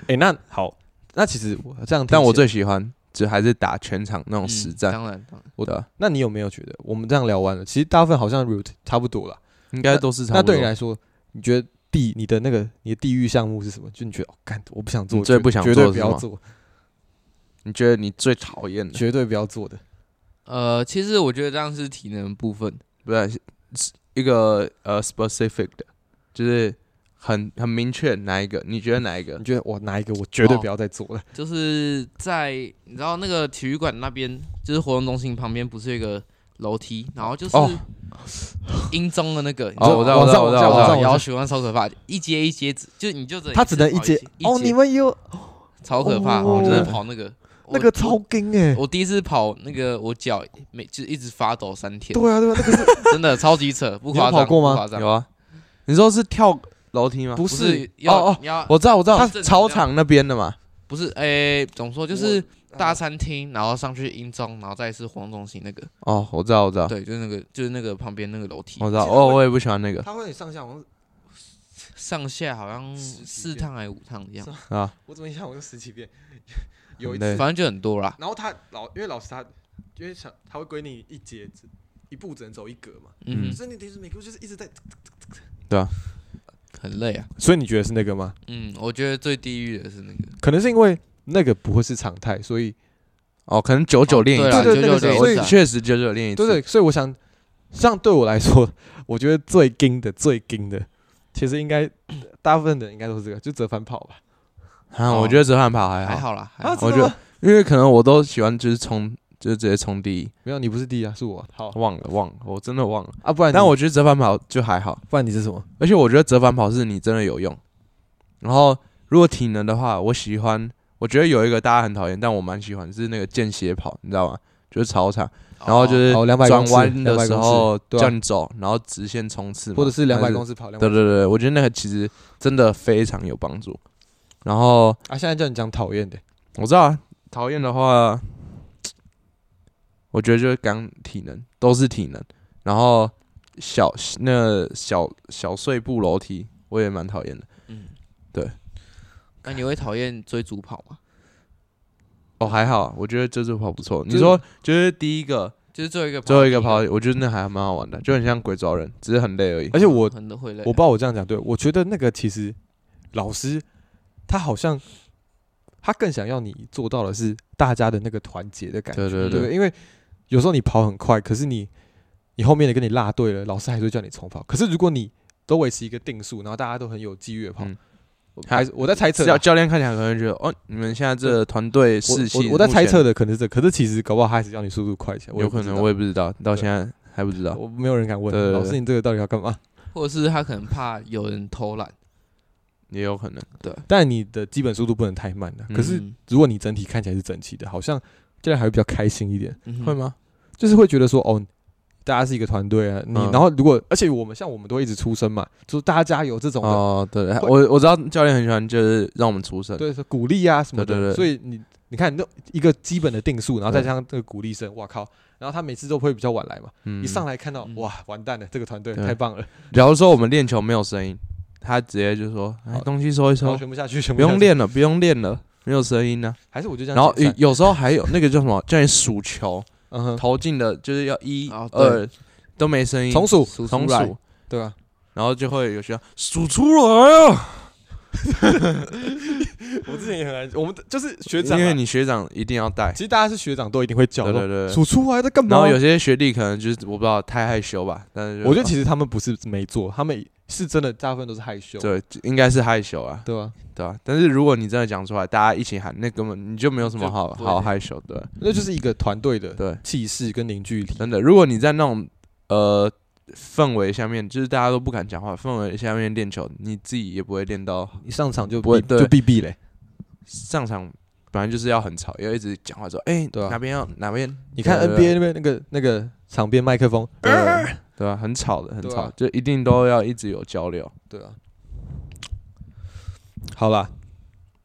哎，那好，那其实我这样听起来，
但我最喜欢就还是打全场那种
嗯
实战，
当然，当然，
我的
那你有没有觉得我们这样聊完了，其实大部分好像 route 差不多了。
应该都是差
那
不多。
对你来说，你觉得地你的那个你的地域项目是什么？就你觉得哦，干，我不想做，
你最
绝
不想
绝
做
对
的
不
是
要
什么
做，
你觉得你最讨厌的？
绝对不要做的。
呃，其实我觉得这样是体能的部分，
不是是一个呃 specific 的，就是很很明确哪一个？你觉得哪一个
你？觉得我哪一个我绝对
哦
不要再做了？
就是在你知道那个体育馆那边，就是活动中心旁边不是有一个楼梯，然后就是
哦
音中的那个，你知
哦，
道
我
吗
知道，我
往
知道，我知道，我知道
上往上往上。
摇喜欢超可怕，一阶一阶，就你就只
他只能一
一次
阶
跑一
哦，你
阶
们也有
超可怕，
哦
我真的跑那个
那个。
我
超
我
硬哎，
我第一次跑那个，我脚每就一直发抖三天，
对啊对啊，那个是
真的超级扯，不
你有
夸张。
跑过吗
不夸张
有啊，你说是跳楼梯吗？
不
不
是
是要
哦哦
你要
我知道，我知
它
道，
是
操场那边的嘛。
不是诶，怎么说就是
我嗯
大餐厅，然后上去音中，然后再是活动中心那个，
哦，我知道，我知道，
对，就是那个就是那个旁边那个楼梯
我，知道。
其实我
哦，我也不喜欢那个
他会上下，我
上下好像
十几
四
遍
趟还是五趟这样
是，
啊。
我怎么一下我就十几遍，
有一次对
反正就很多啦。
然后他老因为老师他因为想他会归你一节只一步只能走一格嘛，
嗯，
所以你等于是每个就是一直在，
很累啊。
所以你觉得是那个吗？
嗯，我觉得最地狱的是那个，
可能是因为那个不会是常态，所以
哦，可能久久练一
对
次
啦，
对
就
对
就
对
就
所
是
以
啊
确实久久练一次。
对对，所以我想，像对我来说，我觉得最硬的、最硬的，其实应该大部分的人应该都是这个，就折返跑吧。
啊，
哦
我觉得折返跑还
还
好，
好啦，还
啊，
好。
真
我
的
觉
吗
得因为可能我都喜欢就是冲，就是直接冲第一。
没有，你不是第一啊，是我。好
忘了忘了，我真的忘了。
啊，不然
但
你
我觉得折返跑就还好，
不然你是什么？
而且我觉得折返跑是你真的有用。然后如果体能的话，我喜欢，我觉得有一个大家很讨厌，但我蛮喜欢是那个间歇跑，你知道吗？就是操
哦
场，然后就是
好200
转
公尺
弯的
200
时
公尺
候
对啊
叫你走，然后直线冲刺嘛，
或者是两
还
百公尺跑两百
对对对，我觉得那个其实真的非常有帮助。然后
啊？现在叫你讲讨厌的，
我知道啊，讨厌的话，我觉得就是刚体能都是体能，然后小那小小碎步楼梯我也蛮讨厌的。
嗯，
对。
那你会讨厌追逐跑吗？
哦，还好啊，我觉得这次跑不错。
就
你
是
说就是第一个、
就是最后一个，
最后一个跑，，我觉得那还蛮好玩的，就很像鬼抓人，只是很累而已。
而且我
很会累。
我不知道我这样讲对，我觉得那个其实老师他好像他更想要你做到的是大家的那个团结的感觉，
对对
对不
对，
对？因为有时候你跑很快，可是你你后面的跟你落队了，老师还是会叫你重跑。可是如果你都维持一个定速，然后大家都很有纪律的跑，
嗯
我还是我在猜测
教
啦，
教练看起来可能觉得，哦，你们现在这个团队
我
士气
我我在
目
猜
前
测的可能是这，可是其实搞不好他还是要你速度快一些，我也
有
不
可
知
能
道
我也不知道，到
对
现在还不知道。
我没有人敢问啊
对对对
老师，你这个到底要干嘛？
或者是他可能怕有人偷懒，
也有可能，
但你的基本速度不能太慢了。可是
嗯
如果你整体看起来是整齐的，好像这样还会比较开心一点，
嗯哼
会吗？
就是会觉得说哦。大家是一个团队啊，你、
嗯
然后如果而且我们像我们都会一直出声嘛，就大家加油这种的，
哦，对，
会
我我知道教练很喜欢就是让我们出声，
对，是鼓励啊什么的。
对对对
所以你你看，那一个基本的定数，然后再
对
加上这个鼓励声，哇靠！然后他每次都会比较晚来嘛，
嗯
一上来看到
嗯
哇，完蛋了，这个团队
对
太棒了，
假如说我们练球没有声音，他直接就说：“哎，
好
东西收一
然后
收，
全部下去，全部
不用
下去，
练了，不用练了，没有声音呢。啊
还是我就”这样
然后
解
有
散。
有时候还有那个叫什么，叫你数球
嗯哼，
投进的，就是要一
哦对
二都没声音，
重数
数
重
出来
数，
对啊，
然后就会有学生数出来啊，
我之前也很爱，我们就是学
因
长
为
啊，
你学长一定要带
其，实大家是学长都一定会叫，
对对对对
数出来在干嘛？
然后有些学弟可能就是我不知道太害羞吧，但是就
我觉得其实他们不是没做，他们是真的大部分都是害羞，
对应该是害羞啊，
对吧？
对吧？但是如果你真的讲出来，大家一起喊，那根本你就没有什么
就
好
不会
好害羞的，
那就是一个团队的
对。
气势跟凝聚力。
真的，如果你在那种呃氛围下面，就是大家都不敢讲话氛围下面练球，你自己也不会练到
你上场就
不会
必
对
就必必嘞，
上场，本来就是要很吵，要一直讲话说，哎、
对啊
哪边要 哪边，
你看
对对对
NBA 那边那个那个场边麦克风，
对啊对吧、很吵的，很
对啊
吵，就一定都要一直有交流。
对啊。好啦，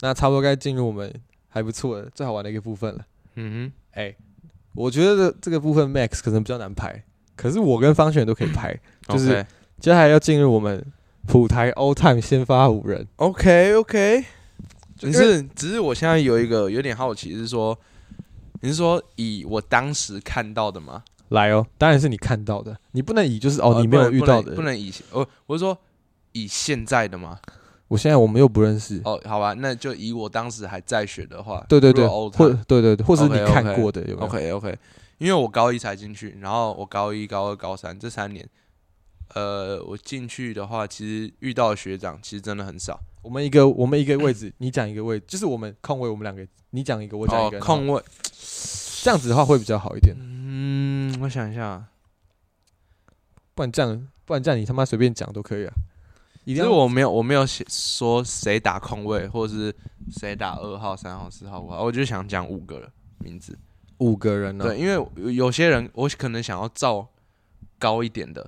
那差不多该进入我们还不错的最好玩的一个部分了。
嗯
哎、我觉得这个部分 Max 可能比较难排，可是我跟方璇都可以 排。
哼，
就是接下来要进入我们普台 All Time 先发五人，
OK OK，只
因为
是只是我现在有一个有点好奇，是说。你是说以我当时看到的吗？
来哦，当然是你看到的，你不能以就是哦
呃
你没有
不能
遇
不
到的，
能不。能以哦，我是说以现在的吗？
我现在我们又不认识，
哦，好吧，那就以我当时还在学的话，
对对对，
或
或对对对，或是你
OK，OK
看过的有没有
OK OK，因为我高一才进去，然后我高一、高二、高三这三年，呃，我进去的话，其实遇到的学长其实真的很少。
我们一个我们一个位置，你讲一个位置，就是我们空位，我们两个你讲一个，我讲一
哦
个，，然后
空位，
这样子的话会比较好一点。
嗯，我想一下，
不然这样，不然这样你他妈随便讲都可以啊。一
其
定
实
要
我没有我没有写说谁打空位，或者是谁打二号、三号、四号、五号，我就想讲五个人名字。
五个人啊呢、
对，因为有有些人我可能想要照高一点的，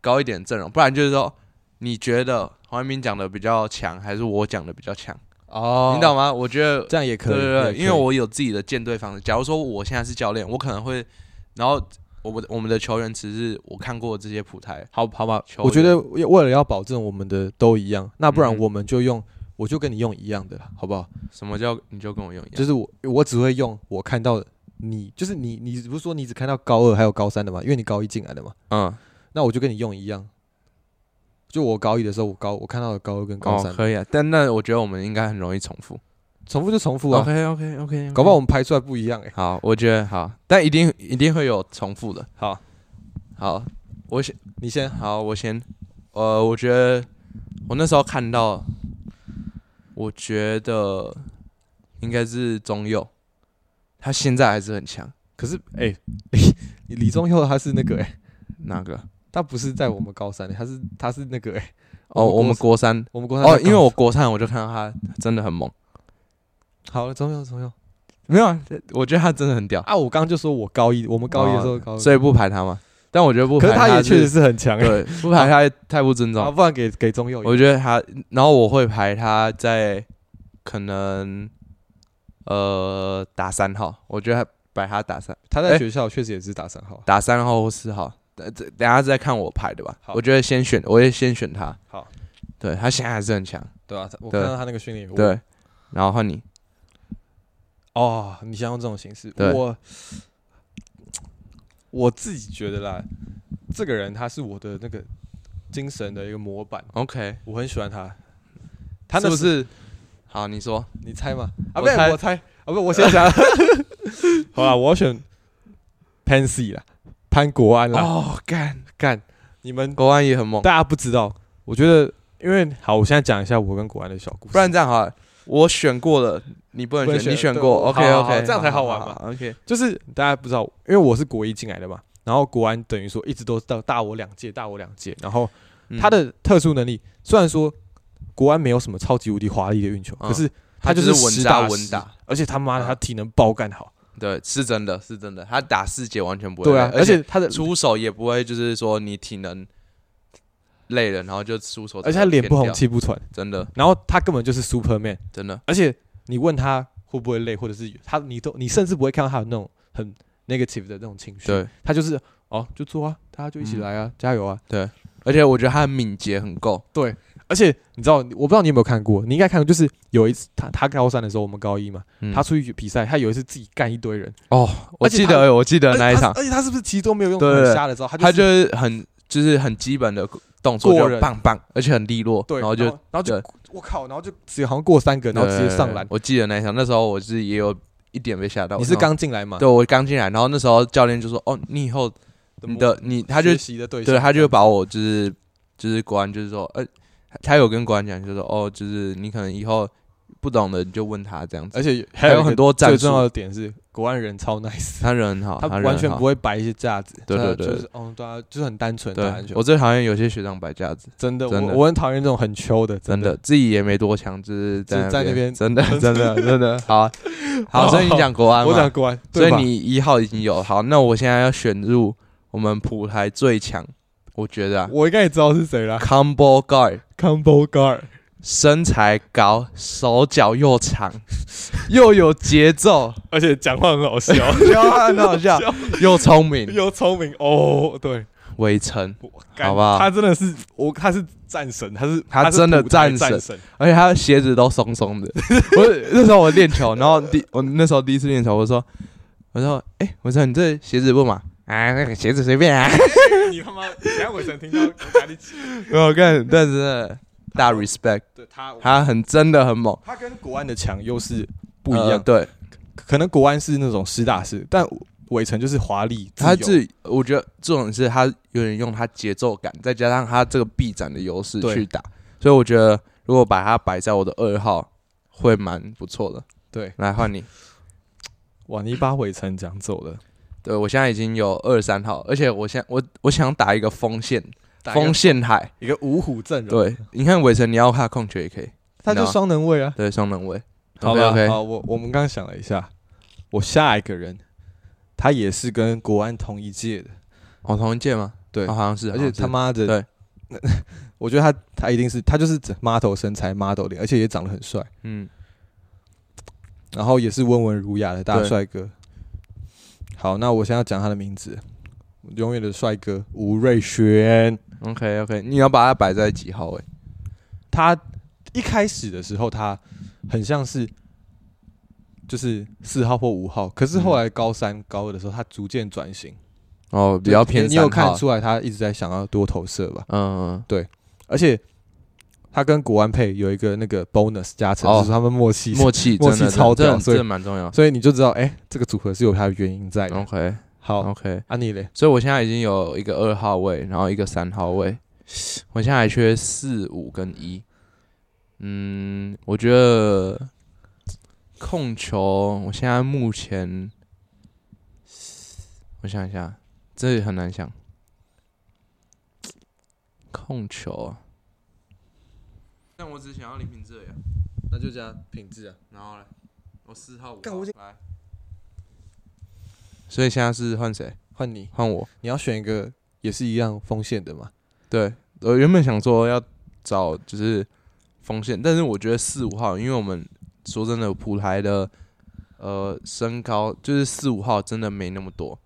高一点的阵容，不然就是说你觉得黄一斌讲的比较强，还是我讲的比较强？
哦，
你懂吗？我觉得
这样也可
对
以，
对
也
对，
可以
因为我有自己的舰队方式。假如说我现在是教练，我可能会，然后我们我们的球员只是我看过这些普台，
好好吧，
球
我觉得为了要保证我们的都一样，那不然
嗯哼
我们就用，我就跟你用一样的啦，好不好？
什么叫你就跟我用一样，
就是我我只会用我看到的你，就是你你不是说你只看到高二还有高三的嘛？因为你高一进来的嘛，
嗯，
那我就跟你用一样。就我高一的时候，我高我看到的高二跟高
哦
三，
可以啊，但那我觉得我们应该很容易重复。嗯
重复就重复啊，
OK OK OK，
搞不好我们排出来不一样哎、
好，我觉得好，但一定一定会有重复的。
好，
好，我先
你先，
好，我先，呃，我觉得我那时候看到，我觉得应该是中佑，他现在还是很强。
可是哎、 李李宗佑他是那个哎、
哪个？
他不是在我们高三，他是他是那个哎、
哦，我们
国
国三。
我们国三
哦，
在
因为
高
我国三我就看到他真的很 猛，
好了，中用中用
没有啊，我觉得他真的很屌，
啊！我刚刚就说我高一，我们高一的时候高二，
哦所以不排他嘛。但我觉得不
可
排
是他也确实
是
是很强哎、
对，不排他太不尊重
啊，。不然给给中佑一个，
我觉得他，然后我会排他在可能呃打三号，我觉得他摆他打三
他
哎
在学校确实也是打三号。
打三号或四号，等等等下再看我排的吧。
好
我觉得先选，我会先选他。
好，
对他现在还是很强。
对啊，我
对
看到他那个训练，我
对，然后换你，
哦，你想用这种形式，
对
我我自己觉得啦，这个人他是我的那个精神的一个模板，
OK，
我很喜欢他。他
他是
那
不
时
是？好，你说
你猜吗？啊，
我
不是
猜
我猜，啊，不是我先讲。 好啦，我要选 Pansy 啦，潘国安啦。
哦，干
干，你们
国安也很猛，
大家不知道，我觉得因为好，我现在讲一下我跟国安的小故事。
不然这样好了，我选过了，你不能
不能
选，
选
你选
对
过
我
，OK
好
OK，
这样才好玩嘛
OK，
就是大家不知道，因为我是国一进来的嘛，然后国安等于说一直都是到大我两届，大我两届。然后
嗯
他的特殊能力，虽然说国安没有什么超级无敌华丽的运球，
嗯
可是
他
就
就是是稳打
实
稳打，
而且他妈的
嗯
他体能爆干好，
对，是真的是真的，他打四节完全不会累，
对啊，而
而
且他的
出手也不会就是说你体能累了，然后就出手，
而且他脸不红，嗯气不喘，
真的
然后他根本就是 Superman，
真的，
而且你问他会不会累，或者是他你都你甚至不会看到他有那种很 negative 的那种情绪，
对，
他就是哦就做啊，大家就一起
嗯
来啊，加油啊！
而且我觉得他的敏捷很够，
而且你知道，我不知道你有没有看过，你应该看过，就是有一次他他高三的时候，我们高一嘛，
嗯
他出去比赛，他有一次自己干一堆人，
哦，我
而且
记
他
得我记得那一场，
而且他而且他是不是其实都没有用
对对
很
对
瞎的招，他
他
就
就是是很就是很基本的动作，
过
就
人
棒棒，而且很利落，
对，
然后就
然后就我靠，然后就直接好像过三个，然后直接上篮
对。我记得那一场，那时候我是也有一点被吓到。
你是刚进来嘛？
对我刚进来，然后那时候教练就说：“哦，你以后你的你，他就
学习的对象
对他就把我就是就是国安就是说，呃，他有跟国安讲，就说哦，就是你可能以后不懂的你就问他这样子。
而且
还有
一个
很多战
最
术
重要的点是，国安人超 nice，
他人很好，
他
人
完全
很好
不会摆一些架子，
对对
他
对
就是嗯，对啊，就是很单纯打篮
对。
球
我。最讨厌有些学长摆架子，
真的，我
真的
我很讨厌这种很秋的，
真
的
的。自己也没多强，就是
就
在
在那边哦
真的真的 真 的好啊好，所以你讲国安
我讲
嘛，
国安，
所
对
以
吧
你一号已经有好，那我现在要选入我们普台最强，我觉得啊
我应该也知道是谁啦
combo guard。
，Combo Guard。
身材高，手脚又长， 又有节奏，
而且讲话很好笑，
笑啊话很好笑，又聪明，
又聪明哦，对，
围城，
我干
好不好
他真的是我，他是战神，他是
他
是
真的
舞台
战
战
神而且他的鞋子都松松的。 我那时候我练球，然后第我那时候第一次练球，我说我说哎、我说你这鞋子不买啊？那个鞋子随便啊。
你他妈，你看伟神听到哪里起？
我看，但是真的大 respect，
对他，
他很真的很猛，
他跟国安的强又是不一样
呃，对，
可能国安是那种实打实，但伟成就是华丽，
他
自由
自己我觉得这种是他有点用他节奏感，再加上他这个臂展的优势
对
去打，所以我觉得如果把他摆在我的二号，会蛮不错的。
对，
来换你，
哇，你把伟成讲走了，
对我现在已经有二三号，而且我现我我想打一个锋线，
风
锋线海。
一个五虎阵容，
对，你看伟成，你要看控球也可以，
他就
那
双能卫啊。
对，双能卫。
好了
OK，OK
好，我我们刚刚想了一下，我下一个人，他也是跟国安同一届的，
哦，同一届吗？
对
哦好像是，
而
好
且
像是
他妈的，
对，
我觉得他他一定是他就是整 model 身材 model 脸，而且也长得很帅，
嗯，
然后也是温文儒雅的大
对
帅哥。好，那我现在要讲他的名字，永远的帅哥吴瑞轩。
OK OK，你要把它摆在几号位？
他一开始的时候，他很像是就是四号或五号，可是后
嗯
来高三、高二的时候，他逐渐转型，
哦，比较偏
你有
三
看
号。
出来他一直在想要多投射吧？
嗯，嗯
而且他跟国安配有一个那个 bonus 加成，
哦
就是他们默契
嗯，默契
默
真
契
的
超
真的
屌
这
所以
这蛮重要。
所以你就知道，哎、这个组合是有它的原因在的。
OK
好，
OK，
安妮嘞，
所以我现在已经有一个二号位，然后一个三号位，我现在还缺四五跟一。嗯，我觉得控球，我现在目前，我想一下，这也很难想。控球啊，但我只想要林平这样，
那就加品质啊。
然后呢，啊我四号五
干我已经
来，所以现在是换谁？
换你，
换我。
你要选一个也是一样锋线的嘛？
对，我原本想说要找就是锋线，但是我觉得四五号，因为我们说真的，普台的呃身高就是四五号真的没那么多，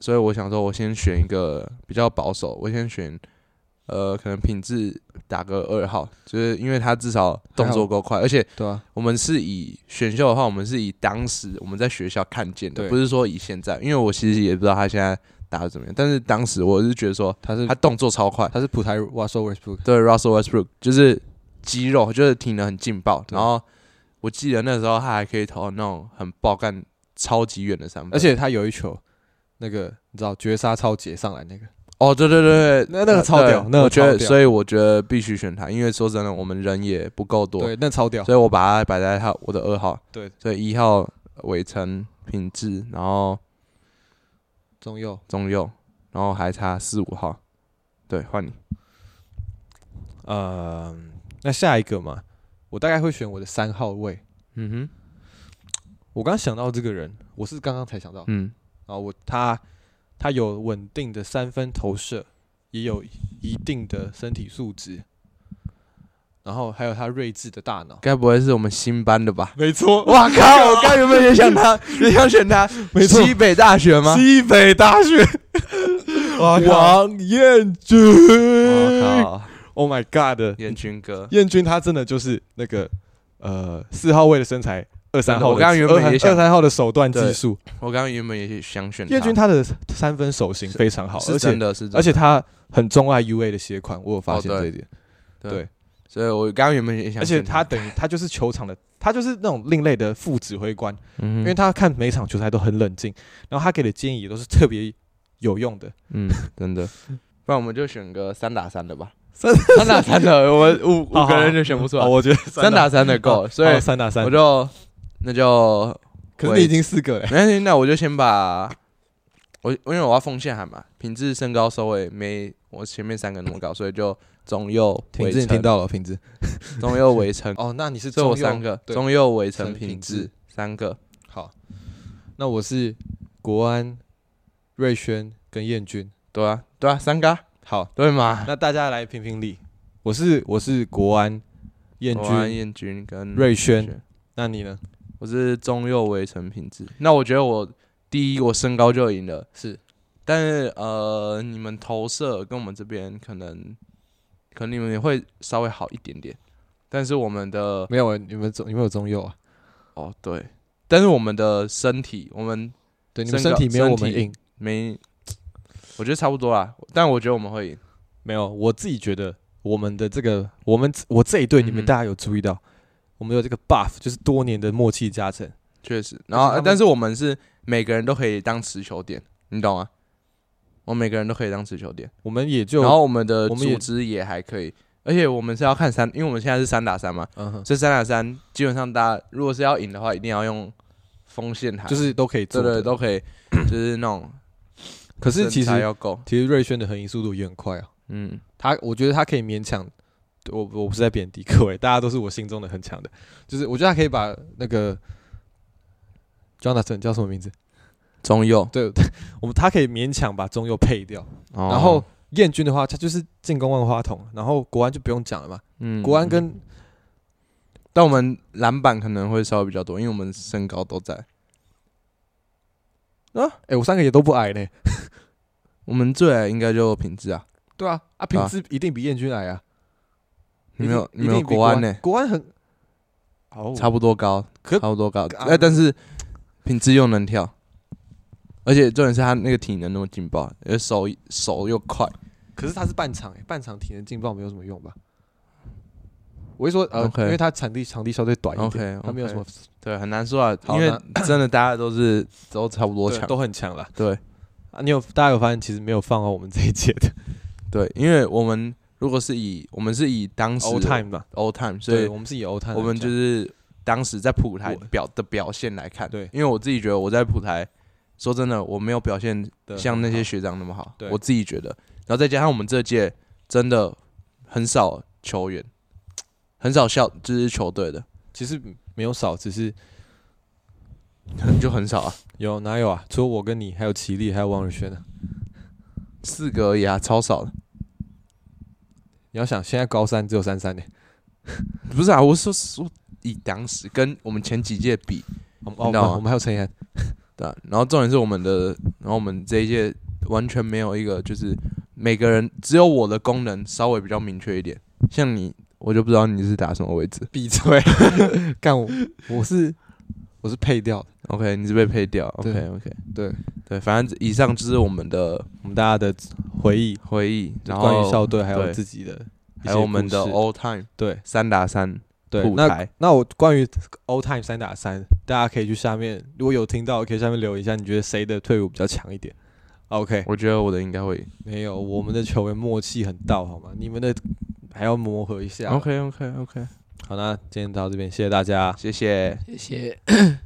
所以我想说，我先选一个比较保守，我先选呃可能品质打个二号，就是因为他至少动作够快，而且
对啊，
我们是以选秀的话，我们是以当时我们在学校看见的，
对
不是说以现在，因为我其实也不知道他现在打的怎么样，但是当时我是觉得说
他是嗯
他动作超快，
他是普台 Russell Westbrook，
对 Russell Westbrook 就是肌肉，就是体能很劲爆。
对
然后我记得那时候他还可以投那种很爆干、超级远的三分，
而且他有一球，那个你知道绝杀超杰上来那个，
哦，对对对，对
那那个超屌
对
那个
我觉
超
得，
屌
所以我觉得必须选他，因为说真的，我们人也不够多，
对，那超屌。
所以我把它摆在他我的二号，
对，
所以一号伟成、品质，然后
中右
中右，然后还差四五号，对，换你，
呃，那下一个嘛，我大概会选我的三号位。
嗯
我刚想到这个人，我是刚刚才想到
哼，嗯
啊，我他他有稳定的三分投射，也有一定的身体素质，然后还有他睿智的大脑。
该不会是我们新班的吧？
没错，
哇靠！我刚原本也想 他，也想选他，
没错
西北大学吗？
西北大 学
哇靠！
王彦军
我靠！
，Oh my God，
彦军哥，
彦军他真的就是那个呃四号位的身材，二三号的
我刚刚原本也想
二三号的手段技
对
术，
我刚刚原本也想选
彦军
他
他的三分手型非常好，
是
而且
真的是真的，
而且他很钟爱 U A 的鞋款，我有发
哦
现
对
这一点。对，
所以我刚刚原本也想
而且
选
他，等于他就是球场的，他就是那种另类的副指挥官，
因
因为他看每场球赛都很冷静，然后他给的建议也都是特别有用的。
嗯，真的。不然我们就选个三打三的吧，
三
三打三的，我们五
好
五个人就选不出
啊，
来，
我觉得
三打三的够，所以
哦三打三
我，就那就
可是你已经四个了欸。
没关系，那我就先把我因为我要奉献函嘛，品质、身高、收尾没我前面三个那么高，所以就中右
品
围
质，你
城，
听到了？品质
中右围城，
哦，那你是
所以我
中右
三个
对
中右围城
城品
品
质
质三个，
好，那我是国安、瑞轩跟彦军。
对啊对啊三个啊
好，
对嘛，
那大家来评评理。我是我是国安、彦
国安
军、
彦军跟
瑞轩，那你呢？
我是中右围城品质。那我觉得我第一，我身高就赢了，
是，
但是呃，你们投射跟我们这边可能，可能你们也会稍微好一点点，但是我们的
没有啊，你们中你们有中右啊？
哦对，但是我们的身体，我们
对，你们
身
身
高
体没有我们
身体
硬。
没，我觉得差不多啦，但我觉得我们会赢。
没有，我自己觉得我们的这个，我们我这一队，你
嗯
们
哼
大家有注意到，我们有这个 buff，就是多年的默契加成。
确实，然后
他们
但是我们是每个人都可以当持球点，你懂吗？我们每个人都可以当持球点，
我们也就，
然后我们的
我们也
组织也还可以，而且我们是要看三，因为我们现在是三打三嘛，
嗯哼，
这三打三基本上大家如果是要赢的话，一定要用锋线台，
就是都可以
对
做的。
对都 可以，就是那种
可是其
身材
实
要够，
其实瑞轩的横移速度也很快啊，
嗯，
他我觉得他可以勉强，我我不是在贬低各位，大家都是我心中的很强的，就是我觉得他可以把那个 Jonathan 叫什么名字？
中右，
对，我们他可以勉强把中右配掉，
然
然后。燕军的话，他就是进攻万花筒，然后国安就不用讲了嘛。
嗯
国安跟、
但我们篮板可能会稍微比较多，因为我们身高都在，
哎、我三个也都不矮呢。
我们最矮应该就品质啊，
对啊，啊，
对
品
啊
质一定比燕军矮啊。
你没有你
一定
没有
一定比
国安呢，
国安很哦
差不多高，
可
差不多高，
啊
哎，但是品质又能跳，而且重点是他那个体能那么劲爆，而且手手又快，
可是他是半场、欸，半场体能劲爆没有什么用吧？我是说，呃
OK
因为他场地场地相对短一点
OK，
他没有什么
对，很难说啊，
好
因为
那
真的大家都是都差不多
对
强，
都很强啦。
对
啊，你有大家有发现，其实没有放到我们这一届的
对，因为我们如果是以我 们是以当时
all time 嘛，
all time，所
对，
以
我们是以 all time，
我们
来
就
讲
是当时在普台
我
表的表现来看，
对
因为我自己觉得我在普台，说真的，我没有表现
的
像
很
那些
好
学长那么好
对，
我自己觉得，然后再加上我们这届真的很少球员，很少校就是球队的，
其实没有少，只是
可能就很少啊，
有哪有啊？除了我跟你，还有齐力，还有王宇轩呢。
四个而已啊，超少的。
你要想，现在高三只有三三呢。
不是啊，我说说以当时跟我们前几届比，
我们
你知道吗
哦，我们还有陈妍，
对啊、然后重点是我们的，然后我们这一届完全没有一个就是每个人只有我的功能稍微比较明确一点，像你我就不知道你是打什么位置。
闭嘴！ 干我，我是我是配调的。
OK，你是被配掉。
对
OK OK，
对
对，反正以上就是我们的
我们大家的回忆，
回忆，
就
然后
关于校队还有
对
自己的一些故事，
还有我们的 All Time
对
三打三
对。
舞
那
台。
那我关于 all time 三打三，大家可以去下面，如果有听到，可以下面留言一下，你觉得谁的队伍比较强一点？ OK，
我觉得我的应该会赢。
没有，我们的球员默契很到，好吗？你们的还要磨合一下。
OK OK OK，
好，那今天到这边，谢谢大家。
谢谢。
谢谢。